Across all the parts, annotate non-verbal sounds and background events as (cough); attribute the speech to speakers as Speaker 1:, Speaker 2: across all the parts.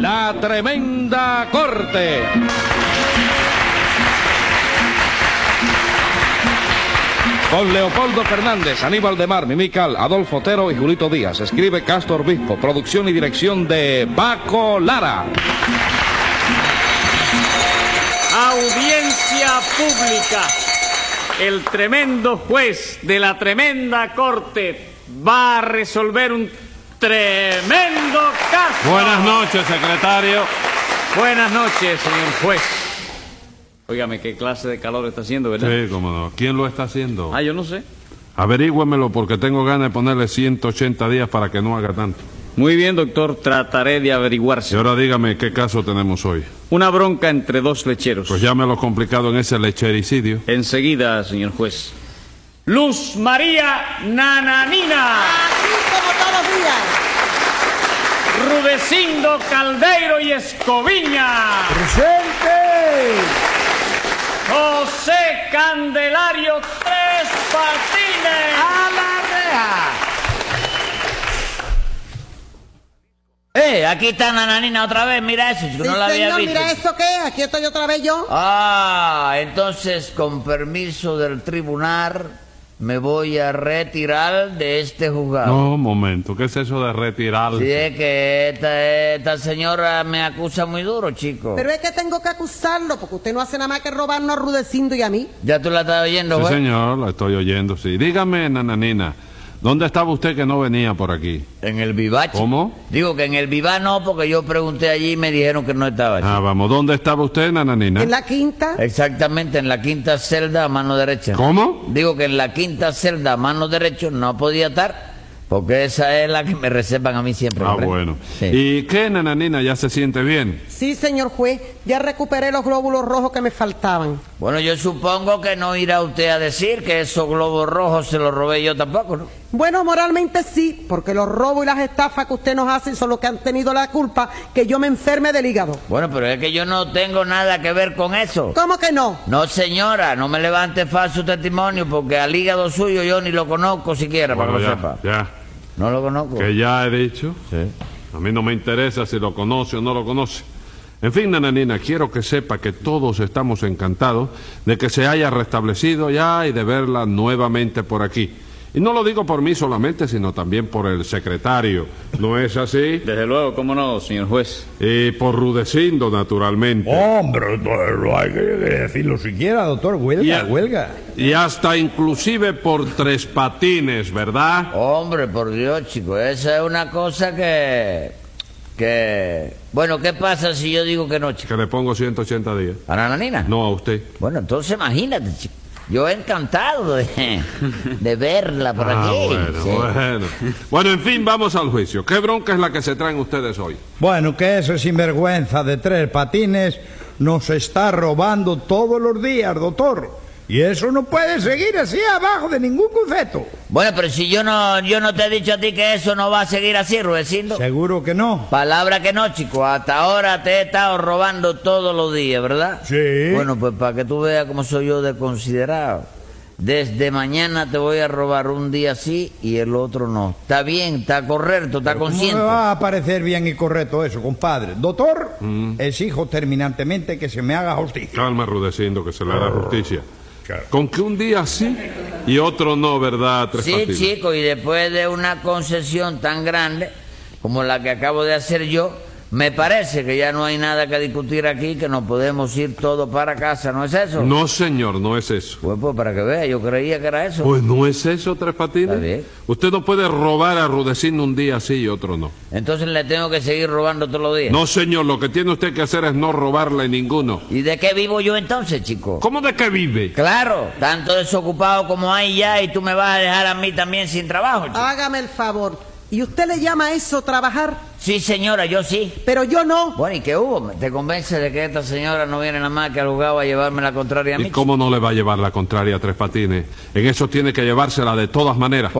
Speaker 1: La tremenda corte. Con Leopoldo Fernández, Aníbal de Mar, Mimical, Adolfo Otero y Julito Díaz. Escribe Castor Bispo. Producción y dirección de Baco Lara.
Speaker 2: Audiencia pública. El tremendo juez de la tremenda corte va a resolver un tremendo caso.
Speaker 3: Buenas noches, secretario.
Speaker 2: Buenas noches, señor juez. Óigame, qué clase de calor está haciendo, ¿verdad?
Speaker 3: Sí, cómo no. ¿Quién lo está haciendo?
Speaker 2: Ah, yo no sé.
Speaker 3: Averígüemelo porque tengo ganas de ponerle 180 días para que no haga tanto.
Speaker 2: Muy bien, doctor, trataré de
Speaker 3: Y
Speaker 2: averiguarse.
Speaker 3: ahora dígame qué caso tenemos hoy.
Speaker 2: Una bronca entre dos lecheros.
Speaker 3: Pues ya me lo complicado en ese lechericidio.
Speaker 2: Enseguida, señor juez. Luz María Nananina,
Speaker 4: Así como todos los días.
Speaker 2: Rudecindo Caldeiro y Escoviña,
Speaker 4: ¡Presente!
Speaker 2: José Candelario Tres Patines.
Speaker 5: ¡Eh! Aquí está Nananina otra vez, mira eso, yo no la había
Speaker 4: señor,
Speaker 5: visto.
Speaker 4: mira eso que aquí estoy otra vez yo.
Speaker 5: Ah, entonces con permiso del tribunal me voy a retirar de este juzgado.
Speaker 3: No, momento. ¿Qué es eso de retirar?
Speaker 5: Sí, es que esta, esta señora me acusa muy duro, chico.
Speaker 4: Pero es que tengo que acusarlo, porque usted no hace nada más que robarnos a Rudecindo y a mí.
Speaker 5: Ya tú la estás oyendo, güey.
Speaker 3: señor, la estoy oyendo, sí. Dígame, nananina, ¿dónde estaba usted que no venía por aquí?
Speaker 5: En el vivache.
Speaker 3: ¿Cómo?
Speaker 5: Digo que en el vivache no, porque yo pregunté allí y me dijeron que no estaba.
Speaker 3: Ah,
Speaker 5: chico.
Speaker 3: vamos, ¿dónde estaba usted, nananina?
Speaker 4: En la quinta.
Speaker 5: Eh. Exactamente, en la quinta celda a mano derecha.
Speaker 3: ¿Cómo?
Speaker 5: Digo que en la quinta celda a mano derecha no podía estar, porque esa es la que me reservan a mí siempre.
Speaker 3: Ah,
Speaker 5: ¿comprende?
Speaker 3: bueno.
Speaker 5: Sí.
Speaker 3: ¿Y qué, nananina, ya se siente bien?
Speaker 4: Sí, señor juez, ya recuperé los glóbulos rojos que me faltaban.
Speaker 5: Bueno, yo supongo que no irá usted a decir que esos globos rojos se los robé yo tampoco, ¿no?
Speaker 4: Bueno, moralmente sí, porque los robos y las estafas que usted nos hace son los que han tenido la culpa que yo me enferme del hígado.
Speaker 5: Bueno, pero es que yo no tengo nada que ver con eso.
Speaker 4: ¿Cómo que no?
Speaker 5: No, señora, no me levante falso testimonio, porque al hígado suyo yo ni lo conozco siquiera, para que
Speaker 3: Bueno,
Speaker 5: lo
Speaker 3: ya,
Speaker 5: sepa.
Speaker 3: ya.
Speaker 5: No lo conozco.
Speaker 3: Que ya he dicho.
Speaker 5: Sí.
Speaker 3: A mí no me interesa si lo conoce o no lo conoce. En fin, nananina, quiero que sepa que todos estamos encantados de que se haya restablecido ya y de verla nuevamente por aquí. Y no lo digo por mí solamente, sino también por el secretario. ¿No es así?
Speaker 2: Desde luego, cómo no, señor juez.
Speaker 3: Y por Rudecindo, naturalmente.
Speaker 6: Hombre, no, no hay que decirlo siquiera, doctor. Huelga,
Speaker 3: Ya.
Speaker 6: huelga.
Speaker 3: Y hasta inclusive por Tres Patines, ¿verdad?
Speaker 5: Hombre, por Dios, chico, esa es una cosa que... que... Bueno, ¿qué pasa si yo digo que no, chico?
Speaker 3: Que le pongo 180 días.
Speaker 5: ¿A Nananina?
Speaker 3: No a usted.
Speaker 5: Bueno, entonces imagínate, chico. Yo encantado de,
Speaker 3: (laughs)
Speaker 5: de verla por
Speaker 3: Ah,
Speaker 5: aquí.
Speaker 3: bueno,
Speaker 5: sí.
Speaker 3: bueno. Bueno, en fin, vamos al juicio. ¿Qué bronca es la que se traen ustedes hoy?
Speaker 6: Bueno, que ese sinvergüenza de tres patines nos está robando todos los días, doctor. Y eso no puede seguir así abajo de ningún concepto.
Speaker 5: Bueno, pero si yo no, yo no te he dicho a ti que eso no va a seguir así, Rudecindo.
Speaker 6: Seguro que no.
Speaker 5: Palabra que no, chico. Hasta ahora te he estado robando todos los días, ¿verdad?
Speaker 6: Sí.
Speaker 5: Bueno, pues para que tú veas cómo soy yo de considerado. Desde mañana te voy a robar un día así y el otro no. Está bien, está correcto, está
Speaker 6: ¿Cómo me
Speaker 5: consciente.
Speaker 6: va a parecer bien y correcto eso, compadre? Doctor, exijo terminantemente que se me haga justicia.
Speaker 3: Oh, Calma, Rudecindo, que se le hará justicia.
Speaker 7: Claro.
Speaker 3: Con que un día sí y otro no, ¿verdad, Tres
Speaker 5: Sí,
Speaker 3: Patines?
Speaker 5: chico, y después de una concesión tan grande como la que acabo de hacer yo, me parece que ya no hay nada que discutir aquí, que nos podemos ir todos para casa, ¿no es eso?
Speaker 3: No, señor, no es eso.
Speaker 5: Pues, pues, para que vea, yo creía que era eso.
Speaker 3: Pues no es eso, Tres Patines.
Speaker 5: Está bien.
Speaker 3: Usted no puede robar a Rudecindo un día sí y otro no.
Speaker 5: Entonces le tengo que seguir robando todos los días.
Speaker 3: No, señor, lo que tiene usted que hacer es no robarle ninguno.
Speaker 5: ¿Y de qué vivo yo entonces, chico?
Speaker 3: ¿Cómo de qué vive?
Speaker 5: Claro, tanto desocupado Ah, como hay ya y tú me vas a dejar a mí también sin trabajo, chico.
Speaker 4: Hágame el favor. ¿Y usted le llama a eso trabajar?
Speaker 5: Sí, señora, yo sí.
Speaker 4: Pero yo no.
Speaker 5: Bueno, ¿y qué hubo? ¿Te convence de que esta señora no viene nada más que al juzgado a llevarme la contraria a mí?
Speaker 3: ¿Y
Speaker 5: chico?
Speaker 3: cómo no le va a llevar la contraria a Tres Patines? En eso tiene que llevársela de todas maneras.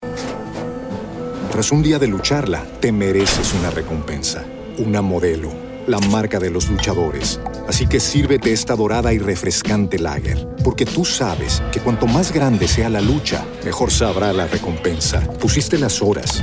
Speaker 8: Tras un día de lucharla, te mereces una recompensa, una modelo, la marca de los luchadores. Así que sírvete esta dorada y refrescante lager, porque tú sabes que cuanto más grande sea la lucha, mejor sabrá la recompensa. Pusiste las horas,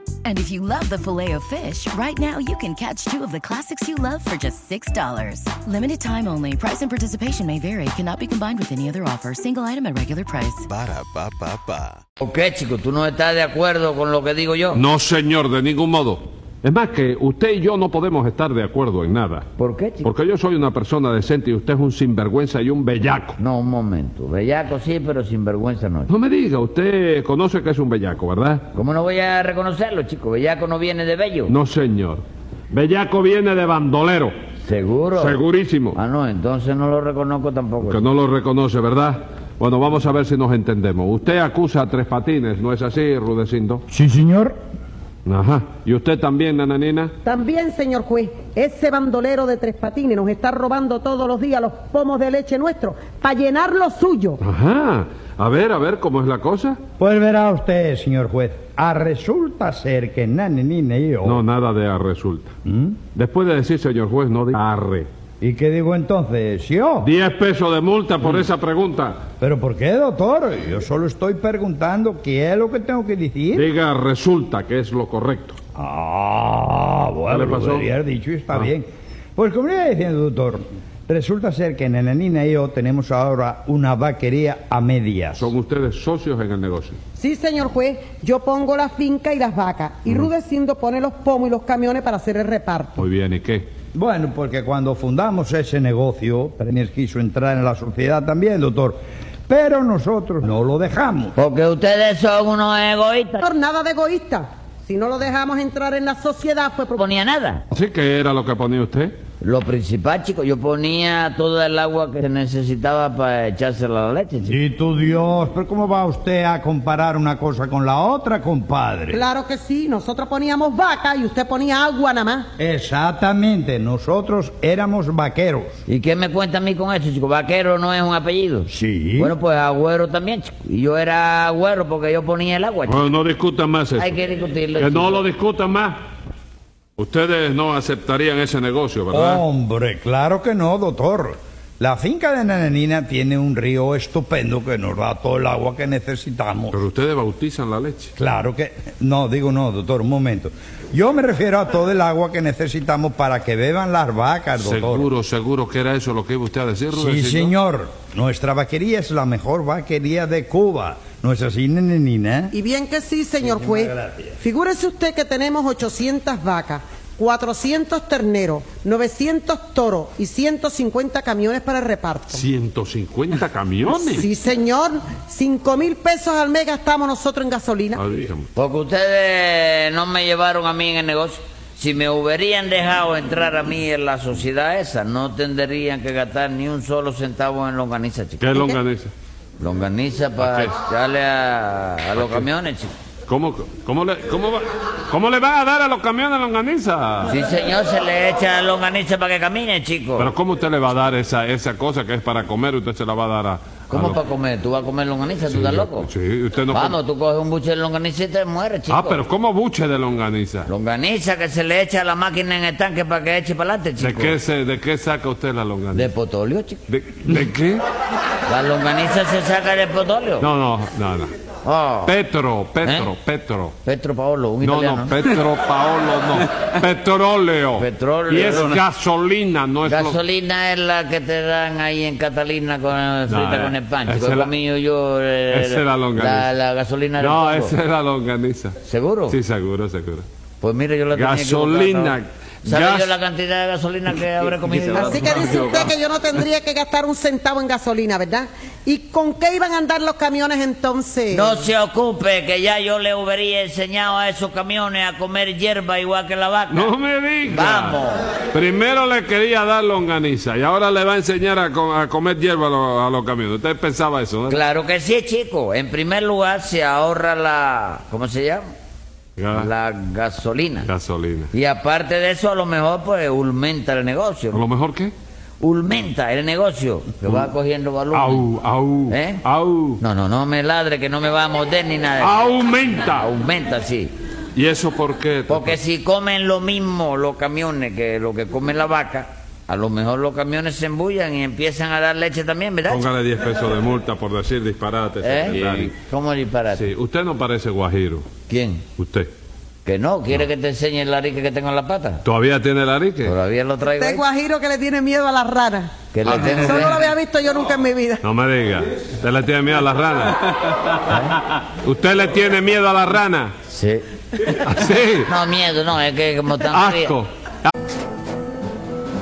Speaker 9: And if you love the filet of fish, right now you can catch two of the classics you love for just $6. Limited time only. Price and participation may vary. Cannot be combined with any other offer. Single item at regular price.
Speaker 7: Ba-da-ba-ba-ba.
Speaker 5: ¿Por qué, chico? Oh, ¿Tú no estás de acuerdo con lo que digo yo?
Speaker 3: No, señor, de ningún modo. Es más que usted y yo no podemos estar de acuerdo en nada.
Speaker 5: ¿Por qué, chico?
Speaker 3: Porque yo soy una persona decente y usted es un sinvergüenza y un bellaco.
Speaker 5: No, un momento. Bellaco sí, pero sinvergüenza no.
Speaker 3: No me diga, usted conoce que es un bellaco, ¿verdad?
Speaker 5: ¿Cómo no voy a reconocerlo, chico? Bellaco no viene de bello.
Speaker 3: No, señor. Bellaco viene de bandolero.
Speaker 5: ¿Seguro?
Speaker 3: Segurísimo.
Speaker 5: Ah, no, entonces no lo reconozco tampoco.
Speaker 3: Que no lo reconoce, ¿verdad? Bueno, vamos a ver si nos entendemos. Usted acusa a Tres Patines, ¿no es así, Rudecindo?
Speaker 6: Sí, señor.
Speaker 3: Ajá. ¿Y usted también, nananina?
Speaker 4: También, señor juez, ese bandolero de tres patines nos está robando todos los días los pomos de leche nuestros para llenar lo suyo.
Speaker 3: Ajá. A ver, a ver, ¿cómo es la cosa?
Speaker 6: Pues verá usted, señor juez. A resulta ser que Nani, Nina y yo.
Speaker 3: No, nada de arre resulta. Después de decir, señor juez, no diga arre.
Speaker 6: ¿Y qué digo entonces? ¿Yo?
Speaker 3: Diez pesos de multa por esa pregunta.
Speaker 6: ¿Pero por qué, doctor? Yo solo estoy preguntando qué es lo que tengo que decir.
Speaker 3: Diga resulta que es lo correcto.
Speaker 6: Ah, bueno,
Speaker 3: ¿Qué le pasó?
Speaker 6: lo debería haber dicho y está
Speaker 3: Ah.
Speaker 6: bien. Pues como le iba diciendo, doctor, resulta ser que Nenanina y yo tenemos ahora una vaquería a medias.
Speaker 3: Son ustedes socios en el negocio.
Speaker 4: Sí, señor juez, yo pongo la finca y las vacas y Rudecindo pone los pomos y los camiones para hacer el reparto.
Speaker 3: Muy bien, ¿y qué?
Speaker 6: Bueno, porque cuando fundamos ese negocio, Premier quiso entrar en la sociedad también, doctor. Pero nosotros no lo dejamos.
Speaker 5: Porque ustedes son unos egoístas.
Speaker 4: Doctor, nada de egoísta. Si no lo dejamos entrar en la sociedad fue
Speaker 5: No
Speaker 4: por...
Speaker 5: ponía nada.
Speaker 3: Así que era lo que ponía usted.
Speaker 5: Lo principal, chico, yo ponía toda el agua que se necesitaba para echarse la leche, chico.
Speaker 6: Y tu Dios, pero ¿cómo va usted a comparar una cosa con la otra, compadre?
Speaker 4: Claro que sí, nosotros poníamos vaca y usted ponía agua nada más.
Speaker 6: Exactamente, nosotros éramos vaqueros.
Speaker 5: ¿Y qué me cuenta a mí con eso, chico? Vaquero no es un apellido.
Speaker 6: Sí.
Speaker 5: Bueno, pues agüero también, chico. Y yo era agüero porque yo ponía el agua, chico.
Speaker 3: Bueno, no discutan más eso.
Speaker 5: Hay que discutirlo.
Speaker 3: Ah, Que no
Speaker 5: chico.
Speaker 3: lo discutan más.
Speaker 5: Oh.
Speaker 3: Ustedes no aceptarían ese negocio, ¿verdad?
Speaker 6: Hombre, claro que no, doctor. La finca de Nananina tiene un río estupendo que nos da todo el agua que necesitamos.
Speaker 3: Pero ustedes bautizan la leche.
Speaker 6: Claro que... No, digo no, doctor, un momento. Yo me refiero a todo el agua que necesitamos para que beban las vacas, doctor.
Speaker 3: Seguro, seguro que era eso lo que iba usted a decir,
Speaker 6: Sí,
Speaker 3: Rudecindo?
Speaker 6: señor. Nuestra vaquería es la mejor vaquería de Cuba. ¿No es así, Nananina?
Speaker 4: Y bien que sí, señor
Speaker 6: Muchísimas
Speaker 4: juez.
Speaker 6: gracias.
Speaker 4: Figúrese usted que tenemos 800 vacas, 400 terneros, 900 toros y 150 camiones para el reparto.
Speaker 3: 150 camiones.
Speaker 4: Sí, señor. 5 mil pesos al mes gastamos nosotros en gasolina.
Speaker 3: Ah, dígame.
Speaker 5: Porque ustedes no me llevaron a mí en el negocio. Si me hubieran dejado entrar a mí en la sociedad esa, no tendrían que gastar ni un solo centavo en longaniza, chico.
Speaker 3: ¿Qué longaniza?
Speaker 5: Longaniza para
Speaker 3: ¿A qué?
Speaker 5: echarle a, a los camiones, chico.
Speaker 3: ¿Cómo, cómo, le, cómo, va- cómo le va a dar a los camiones longaniza?
Speaker 5: Sí, señor, se le echa longaniza para que camine, chico.
Speaker 3: Pero ¿cómo usted le va a dar esa, esa cosa que es para comer? Usted se la va a dar a... a
Speaker 5: ¿Cómo
Speaker 3: los-
Speaker 5: para comer? ¿Tú vas a comer longaniza? ¿Tú
Speaker 3: Sí,
Speaker 5: estás loco?
Speaker 3: Sí, usted no...
Speaker 5: Vamos, tú coges un buche de longaniza y te mueres, chico.
Speaker 3: ah, pero ¿cómo buche de longaniza?
Speaker 5: Longaniza que se le echa a la máquina en el tanque para que eche para adelante,
Speaker 3: ¿De
Speaker 5: chico.
Speaker 3: qué, se, ¿De qué saca usted la longaniza?
Speaker 5: De potolio, chico.
Speaker 3: ¿De, de qué?
Speaker 5: La longaniza se saca de potolio.
Speaker 3: No, no, no, no.
Speaker 5: Ah,
Speaker 3: Petro, Petro,
Speaker 5: ¿Eh?
Speaker 3: Petro.
Speaker 5: Petro Paolo, un
Speaker 3: No,
Speaker 5: italiano.
Speaker 3: no, Petro Paolo,
Speaker 5: (laughs)
Speaker 3: no. Petróleo.
Speaker 5: Petróleo.
Speaker 3: Y es gasolina, no es lo-
Speaker 5: Gasolina es la que te dan ahí en Catalina con frita
Speaker 3: eh,
Speaker 5: con el pan. Chico,
Speaker 3: esa
Speaker 5: he
Speaker 3: era-
Speaker 5: comido yo eh,
Speaker 3: Esa es la longaniza.
Speaker 5: la, la gasolina. del
Speaker 3: No,
Speaker 5: Congo.
Speaker 3: esa es la longaniza.
Speaker 5: ¿Seguro?
Speaker 3: Sí, seguro, seguro.
Speaker 5: Pues mire, yo la tenía
Speaker 3: Gasolina.
Speaker 5: equivocada. ¿Sabe
Speaker 3: Gas-
Speaker 5: yo la cantidad de
Speaker 3: (laughs)
Speaker 5: gasolina que habré comido? yo?
Speaker 4: Así que dice usted que yo Ah, no tendría que gastar un centavo en gasolina, ¿verdad? ¿Y con qué iban a andar los camiones entonces?
Speaker 5: No se ocupe, que ya yo le hubiera enseñado a esos camiones a comer hierba igual que la vaca.
Speaker 3: No me digas.
Speaker 5: Vamos.
Speaker 3: Primero le quería dar longaniza y ahora le va a enseñar a, co- a comer hierba a, lo- a los camiones. Usted pensaba eso, ¿no?
Speaker 5: Claro que sí, chico. En primer lugar se ahorra la... ¿Cómo se llama?
Speaker 3: Ga-
Speaker 5: La gasolina.
Speaker 3: Gasolina.
Speaker 5: Y aparte de eso, a lo mejor, pues, ulmenta el negocio.
Speaker 3: ¿A lo mejor qué?
Speaker 5: Ulmenta el negocio, que va cogiendo valor.
Speaker 3: Au, au,
Speaker 5: ¿Eh?
Speaker 3: au.
Speaker 5: No, no, no me ladre, que no me va a morder ni nada. de eso.
Speaker 3: Aumenta.
Speaker 5: Aumenta, sí.
Speaker 3: ¿Y eso por qué?
Speaker 5: Porque si comen lo mismo los camiones que lo que come la vaca, a lo mejor los camiones se embullan y empiezan a dar leche también, ¿verdad?
Speaker 3: Póngale 10 pesos de multa por decir disparate, secretario.
Speaker 5: ¿Eh? ¿Cómo disparate?
Speaker 3: Sí, usted no parece guajiro.
Speaker 5: ¿Quién?
Speaker 3: Usted.
Speaker 5: Que no, quiere que te enseñe el arique que tengo en la pata.
Speaker 3: ¿Todavía tiene la rique?
Speaker 5: Todavía lo traigo.
Speaker 4: Este
Speaker 5: ahí.
Speaker 4: guajiro que le tiene miedo a las ranas.
Speaker 5: Que le tengo
Speaker 4: Eso no lo
Speaker 5: que-
Speaker 4: había visto yo nunca en mi vida.
Speaker 3: No me diga. ¿Usted le tiene miedo a las ranas?
Speaker 5: ¿Eh?
Speaker 3: ¿Usted le tiene miedo a las ranas?
Speaker 5: Sí.
Speaker 3: Sí.
Speaker 5: No, miedo, no, es que como tan fría.
Speaker 3: Asco.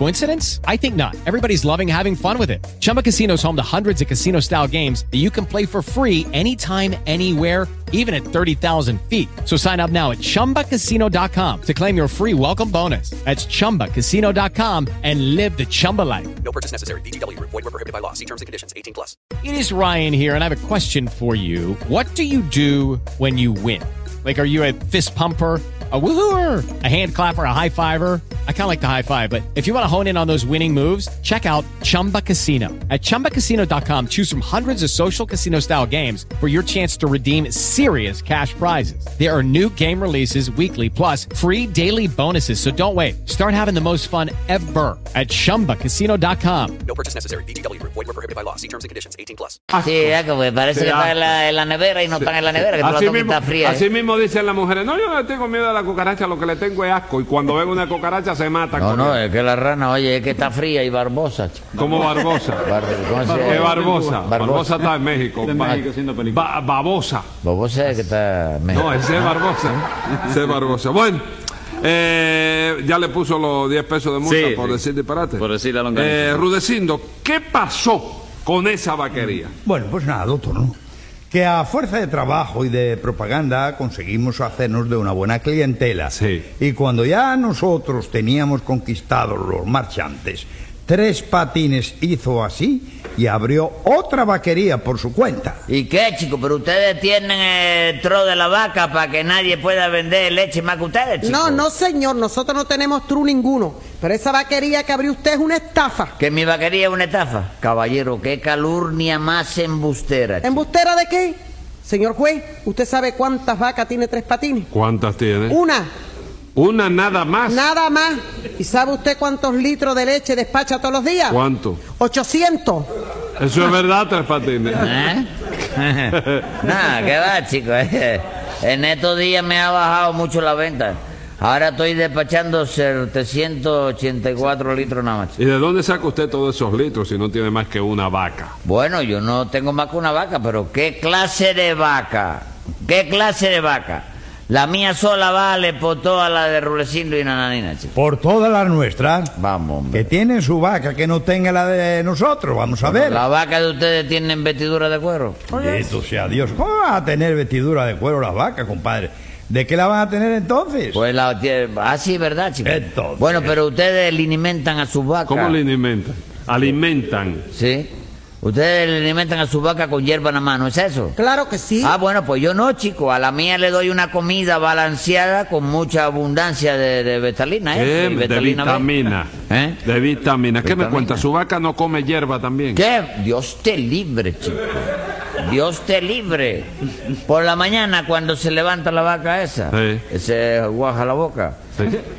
Speaker 2: Coincidence? I think not. Everybody's loving having fun with it. Chumba Casino is home to hundreds of casino style games that you can play for free anytime, anywhere, even at 30,000 feet. So sign up now at chumbacasino.com to claim your free welcome bonus. That's chumbacasino.com and live the Chumba life. It is Ryan here, and I have a question for you. What do you do when you win? Like, are you a fist pumper? A woohooer, a hand clapper, a high fiver. I kind of like the high five, but if you want to hone in on those winning moves, check out Chumba Casino.
Speaker 6: Eh,
Speaker 2: At chumbacasino.com, choose from hundreds of social casino style games for your chance to redeem serious cash prizes. There are new game releases weekly, plus free daily bonuses. So don't wait. Start having the most fun ever at chumbacasino.com.
Speaker 5: Sí, es que pues, parece
Speaker 3: Sí,
Speaker 5: que
Speaker 3: asco.
Speaker 5: está en la, en la nevera y no están en la nevera, que te la
Speaker 3: Así
Speaker 5: tomas y
Speaker 3: mismo,
Speaker 5: está fría. ¿eh?
Speaker 3: así mismo dicen las mujeres, no, yo no le tengo miedo a la cucaracha, lo que le tengo es asco. Y cuando ven una cucaracha se mata.
Speaker 5: No,
Speaker 3: como,
Speaker 5: no, eh. es que la rana, oye, es que está fría y barbosa, chico.
Speaker 3: como Barbosa.
Speaker 5: Bar- ¿cómo se
Speaker 3: ¿Qué
Speaker 5: llama?
Speaker 3: Barbosa?
Speaker 5: Barbosa.
Speaker 3: Barbosa está en México.
Speaker 10: Está en
Speaker 3: Ba-
Speaker 10: México haciendo películas.
Speaker 3: ba- babosa.
Speaker 5: Barbosa es que está mejor.
Speaker 3: No, ese es (laughs) Barbosa. Ese es Barbosa. Bueno, eh, ya le puso los 10 pesos de multa
Speaker 10: Sí,
Speaker 3: por
Speaker 10: sí.
Speaker 3: decir disparate.
Speaker 10: Por decir la longaniza.
Speaker 3: Eh, Rudecindo, ¿qué pasó con esa vaquería?
Speaker 6: Bueno, pues nada, doctor, ¿no? que a fuerza de trabajo y de propaganda conseguimos hacernos de una buena clientela. Y cuando ya nosotros teníamos conquistados los marchantes, Tres Patines hizo así y abrió otra vaquería por su cuenta.
Speaker 5: ¿Y qué, chico? Pero ustedes tienen el tro de la vaca para que nadie pueda vender leche más que ustedes, chico.
Speaker 4: No, no, señor, nosotros no tenemos true ninguno. Pero esa vaquería que abrió usted es una estafa.
Speaker 5: Que mi vaquería es una estafa. Caballero, qué calurnia más
Speaker 4: (laughs)
Speaker 5: embustera. chico.
Speaker 4: ¿Embustera de qué? Señor juez, ¿usted sabe cuántas vacas tiene tres patines?
Speaker 3: ¿Cuántas tiene?
Speaker 4: Una,
Speaker 3: Una nada más.
Speaker 4: nada más. ¿Y sabe usted cuántos litros de leche despacha todos los días?
Speaker 3: ¿Cuánto?
Speaker 4: 800.
Speaker 3: Eso es verdad, Tres Patines.
Speaker 5: (laughs) Nada, ¿Eh? qué va, chico. (laughs) En estos días me ha bajado mucho la venta. Ahora estoy despachando 784 litros nada más.
Speaker 3: ¿Y de dónde saca usted todos esos litros si no tiene más que una vaca?
Speaker 5: Bueno, yo no tengo más que una vaca, pero ¿qué clase de vaca? ¿Qué clase de vaca? La mía sola vale por toda la de Rulecindo y Nananina, chico.
Speaker 6: Por todas las nuestras.
Speaker 5: Vamos,
Speaker 6: Que tienen su vaca, que no tenga la de nosotros, vamos a ver.
Speaker 5: ¿La vaca de ustedes tienen vestidura de cuero?
Speaker 6: Bendito sea Dios. ¿Cómo van a tener vestidura de cuero las vacas, compadre? ¿De qué la van a tener entonces?
Speaker 5: Pues la tie- Ah, sí, ¿verdad, chico? Bueno, pero ustedes le alimentan a sus vacas.
Speaker 3: ¿Cómo le alimentan? Alimentan.
Speaker 5: Sí. Ustedes le alimentan a sus vacas con hierba en la mano, ¿es eso?
Speaker 4: Claro que sí.
Speaker 5: Ah, bueno, pues yo no, chico. A la mía le doy una comida balanceada con mucha abundancia de, de betalina, ¿eh?
Speaker 3: ¿Qué?
Speaker 5: Y
Speaker 3: De
Speaker 5: betalina B.
Speaker 3: vitamina.
Speaker 5: ¿Eh?
Speaker 3: De vitamina. ¿Qué me
Speaker 5: Vitamina.
Speaker 3: cuenta? ¿Su vaca no come hierba también?
Speaker 5: ¿Qué? Dios te libre, chico. Dios te libre. Por la mañana, cuando se levanta la vaca esa, se guaja la boca.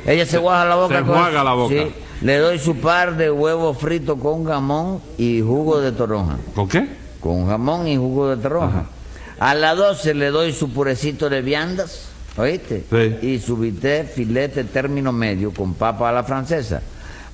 Speaker 5: Ella se guaja la boca.
Speaker 3: Se enjuaga la boca.
Speaker 5: Sí. Le doy su par de huevos fritos con jamón y jugo de toronja.
Speaker 3: ¿Con qué?
Speaker 5: Con jamón y jugo de toronja. A las 12 le doy su purecito de viandas, ¿oíste? Y su bistec filete término medio con papa a la francesa.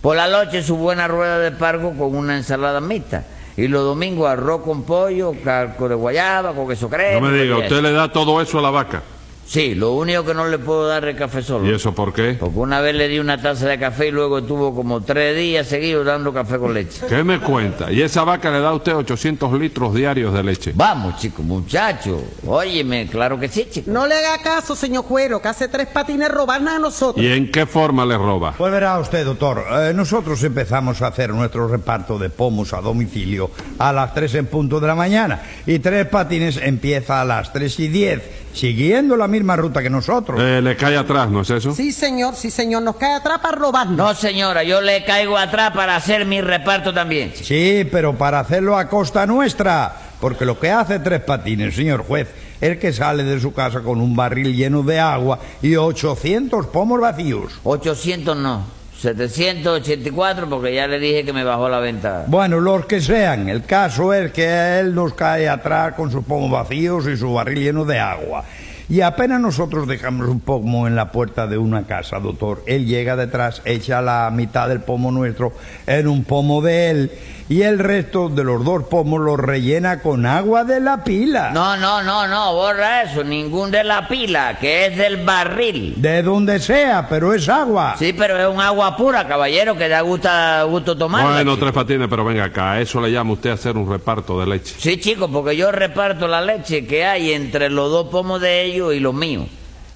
Speaker 5: Por la noche su buena rueda de pargo con una ensalada mixta. Y los domingos arroz con pollo, calco de guayaba, con queso crema.
Speaker 3: No me diga,
Speaker 5: Eh, con
Speaker 3: ¿usted
Speaker 5: queso.
Speaker 3: le da todo eso a la vaca?
Speaker 5: Sí, lo único que no le puedo dar es café solo.
Speaker 3: ¿Y eso por qué?
Speaker 5: Porque una vez le di una taza de café y luego estuvo como tres días seguidos dando café con leche.
Speaker 3: ¿Qué me cuenta? ¿Y esa vaca le da a usted 800 litros diarios de leche?
Speaker 5: Vamos, chico, muchacho. Óyeme, claro que sí, chico.
Speaker 4: No le haga caso, señor cuero, que hace tres patines robarnos a nosotros.
Speaker 3: ¿Y en qué forma le roba?
Speaker 6: Pues verá usted, doctor, eh, nosotros empezamos a hacer nuestro reparto de pomos a domicilio a las 3 en punto de la mañana y Tres Patines empieza a las 3 y 10, siguiendo la misma ruta que nosotros.
Speaker 3: Eh, le cae atrás, ¿no es eso?
Speaker 4: Sí, señor, sí, señor, nos cae atrás para robarnos.
Speaker 5: No, señora, yo le caigo atrás para hacer mi reparto también.
Speaker 6: Sí, pero para hacerlo a costa nuestra, porque lo que hace Tres Patines, señor juez, es que sale de su casa con un barril lleno de agua y 800 pomos vacíos.
Speaker 5: 800 no, 784 porque ya le dije que me bajó la venta.
Speaker 6: Bueno, los que sean, el caso es que él nos cae atrás con sus pomos vacíos y su barril lleno de agua. Y apenas nosotros dejamos un pomo en la puerta de una casa, doctor, él llega detrás, echa la mitad del pomo nuestro en un pomo de él y el resto de los dos pomos los rellena con agua de la pila.
Speaker 5: No, no, no, no, borra eso, ningún de la pila, que es del barril.
Speaker 6: De donde sea, pero es agua.
Speaker 5: Sí, pero es un agua pura, caballero, que da gusto, gusto tomarla.
Speaker 3: Bueno,
Speaker 5: chico.
Speaker 3: Tres Patines, pero venga acá, a eso le llama usted hacer un reparto de leche.
Speaker 5: Sí, chicos, porque yo reparto la leche que hay entre los dos pomos de ellos y los míos.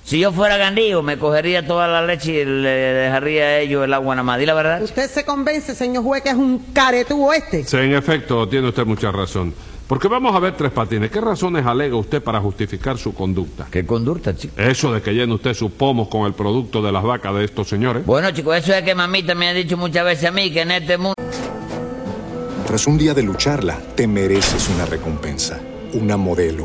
Speaker 5: Si yo fuera gandillo, me cogería toda la leche y le dejaría a ellos el agua nada más. Di la verdad.
Speaker 4: Usted se convence, señor juez, que es un caretú este.
Speaker 3: Sí, en efecto, tiene usted mucha razón. Porque vamos a ver, Tres Patines, ¿qué razones alega usted para justificar su conducta?
Speaker 5: ¿Qué conducta, chico?
Speaker 3: Eso de que llena usted sus pomos con el producto de las vacas de estos señores.
Speaker 5: Bueno, chicos, eso es que mamita me ha dicho muchas veces a mí que en este mundo...
Speaker 8: Tras un día de lucharla, te mereces una recompensa, una modelo,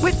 Speaker 11: With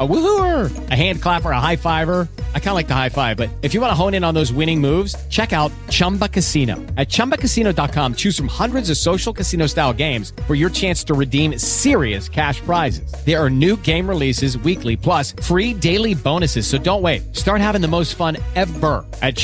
Speaker 2: A woohooer, a hand clapper, a high fiver. I kind of like the high five, but if you want to hone in on those winning moves, check out Chumba Casino. At chumbacasino.com, choose from hundreds of social casino style games for your chance to redeem serious cash prizes. There are new game releases weekly, plus free daily bonuses. So don't wait. Start having the most fun ever at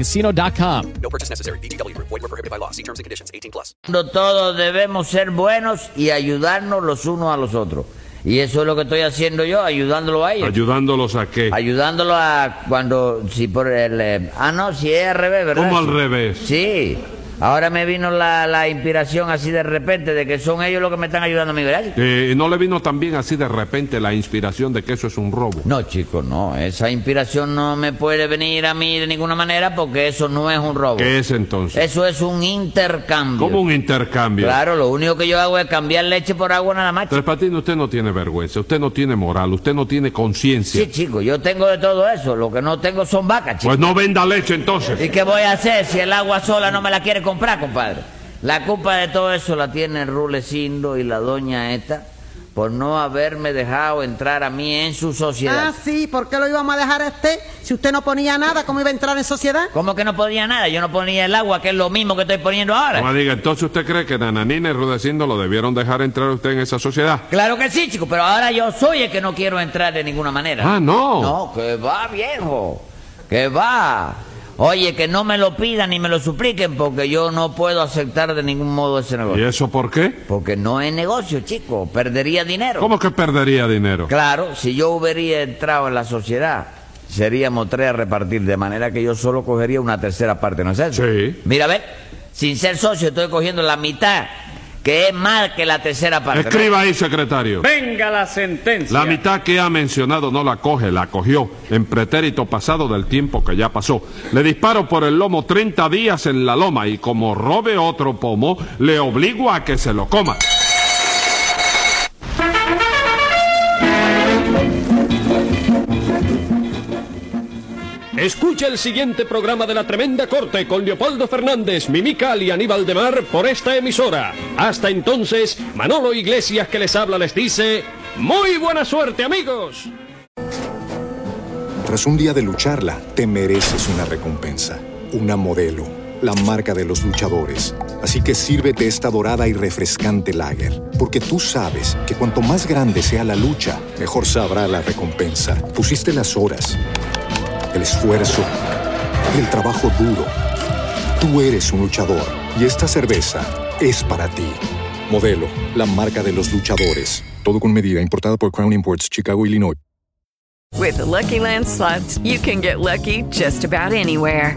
Speaker 2: chumbacasino.com.
Speaker 12: No purchase necessary. BGW. Void were prohibited by law. See terms and conditions. 18 plus.
Speaker 5: Cuando Todos debemos ser buenos y ayudarnos los unos a los otros. Y eso es lo que estoy haciendo yo, ayudándolo a ellos.
Speaker 3: Ayudándolos a qué.
Speaker 5: Ayudándolo a cuando, si por el... eh, ah, no, si es al revés, ¿verdad?
Speaker 3: ¿Cómo al revés?
Speaker 5: Sí. Ahora me vino la, la inspiración así de repente de que son ellos los que me están ayudando a mí, ¿verdad?
Speaker 3: Eh, ¿No le vino también así de repente la inspiración de que eso es un robo?
Speaker 5: No, chico, no. Esa inspiración no me puede venir a mí de ninguna manera porque eso no es un robo.
Speaker 3: ¿Qué es entonces?
Speaker 5: Eso es un intercambio.
Speaker 3: Como un intercambio.
Speaker 5: Claro, lo único que yo hago es cambiar leche por agua nada más.
Speaker 3: Tres Patines, usted no tiene vergüenza, usted no tiene moral, usted no tiene conciencia.
Speaker 5: Sí, chico, yo tengo de todo eso. Lo que no tengo son vacas, chico.
Speaker 3: Pues no venda leche entonces.
Speaker 5: ¿Y qué voy a hacer si el agua sola no me la quiere comprar, compadre? La culpa de todo eso la tiene Rulecindo y la doña esta por no haberme dejado entrar a mí en su sociedad.
Speaker 4: Ah, sí, ¿por qué lo íbamos a dejar a usted? Si usted no ponía nada, ¿cómo iba a entrar en sociedad?
Speaker 5: ¿Cómo que no podía nada? Yo no ponía el agua, que es lo mismo que estoy poniendo
Speaker 3: No
Speaker 5: ahora.
Speaker 3: me diga, entonces usted cree que Nananina y Rudecindo lo debieron dejar entrar a usted en esa sociedad.
Speaker 5: Claro que sí, chico, pero ahora yo soy el que no quiero entrar de ninguna manera.
Speaker 3: Ah, no.
Speaker 5: No, que va, viejo. Que va. Oye, que no me lo pidan ni me lo supliquen porque yo no puedo aceptar de ningún modo ese
Speaker 3: ¿Y
Speaker 5: negocio.
Speaker 3: eso por qué?
Speaker 5: Porque no es negocio, chico. Perdería dinero.
Speaker 3: ¿Cómo que perdería dinero?
Speaker 5: Claro, si yo hubiera entrado en la sociedad, seríamos tres a repartir, de manera que yo solo cogería una tercera parte, ¿no es eso? Sí. Mira, a ver, sin ser socio estoy cogiendo la mitad, que es más que la tercera parte. ¿no?
Speaker 3: Escriba ahí, secretario.
Speaker 10: Venga la sentencia.
Speaker 3: La mitad que ha mencionado no la coge, la cogió en pretérito pasado del tiempo que ya pasó. Le disparo por el lomo 30 días en la loma y como robe otro pomo, le obligo a que se lo coma.
Speaker 1: Escucha el siguiente programa de La Tremenda Corte con Leopoldo Fernández, Mimical y Aníbal de Mar por esta emisora. Hasta entonces, Manolo Iglesias que les habla les dice, muy buena suerte amigos.
Speaker 8: Tras un día de lucharla, te mereces una recompensa, una modelo, la marca de los luchadores. Así que sírvete esta dorada y refrescante lager, porque tú sabes que cuanto más grande sea la lucha, mejor sabrá la recompensa. Pusiste las horas, el esfuerzo, el trabajo duro. Tú eres un luchador y esta cerveza es para ti. Modelo, la marca de los luchadores. Todo con medida, importada por Crown Imports, Chicago, Illinois.
Speaker 11: With the Lucky Land slots, you can get lucky just about anywhere.